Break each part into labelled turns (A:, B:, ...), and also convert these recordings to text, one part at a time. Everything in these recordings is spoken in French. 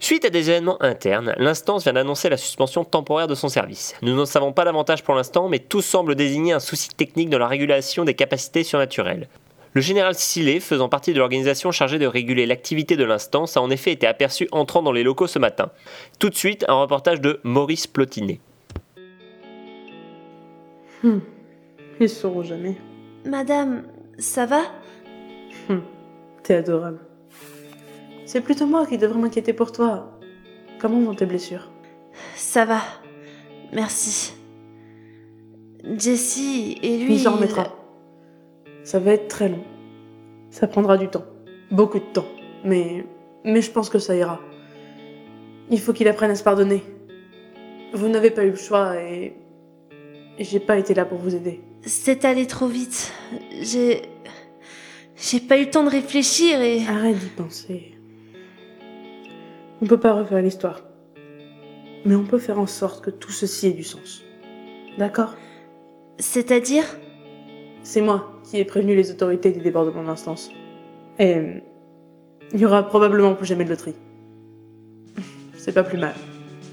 A: Suite à des événements internes, l'instance vient d'annoncer la suspension temporaire de son service. Nous n'en savons pas davantage pour l'instant, mais tout semble désigner un souci technique dans la régulation des capacités surnaturelles. Le général Sillet, faisant partie de l'organisation chargée de réguler l'activité de l'instance, a en effet été aperçu entrant dans les locaux ce matin. Tout de suite, un reportage de Maurice Plotinet.
B: Hum, Ils sauront jamais.
C: Madame, ça va
B: T'es adorable. C'est plutôt moi qui devrais m'inquiéter pour toi. Comment vont tes blessures
C: Ça va. Merci. Jessie et lui.
B: Il s'en
C: il-
B: remettra. Ça va être très long. Ça prendra du temps. Beaucoup de temps. Mais. Mais je pense que ça ira. Il faut qu'il apprenne à se pardonner. Vous n'avez pas eu le choix et. et J'ai pas été là pour vous aider.
C: euh, C'est allé trop vite. J'ai. J'ai pas eu le temps de réfléchir et.
B: Arrête d'y penser. On peut pas refaire l'histoire. Mais on peut faire en sorte que tout ceci ait du sens. D'accord
C: C'est-à-dire
B: C'est moi qui ai prévenu les autorités des débordements d'instance. Et euh, il y aura probablement plus jamais de loterie. C'est pas plus mal.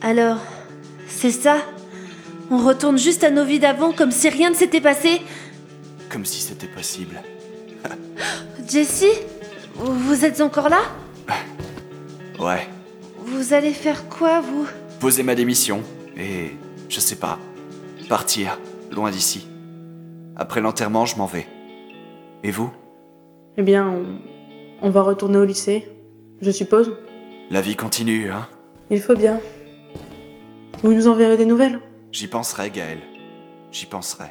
C: Alors. C'est ça On retourne juste à nos vies d'avant comme si rien ne s'était passé
D: Comme si c'était possible.
C: Jessie Vous êtes encore là
D: Ouais.
C: Vous allez faire quoi, vous
D: Poser ma démission et. je sais pas. Partir, loin d'ici. Après l'enterrement, je m'en vais. Et vous
B: Eh bien, on, on va retourner au lycée, je suppose.
D: La vie continue, hein
B: Il faut bien. Vous nous enverrez des nouvelles
D: J'y penserai, Gaël. J'y penserai.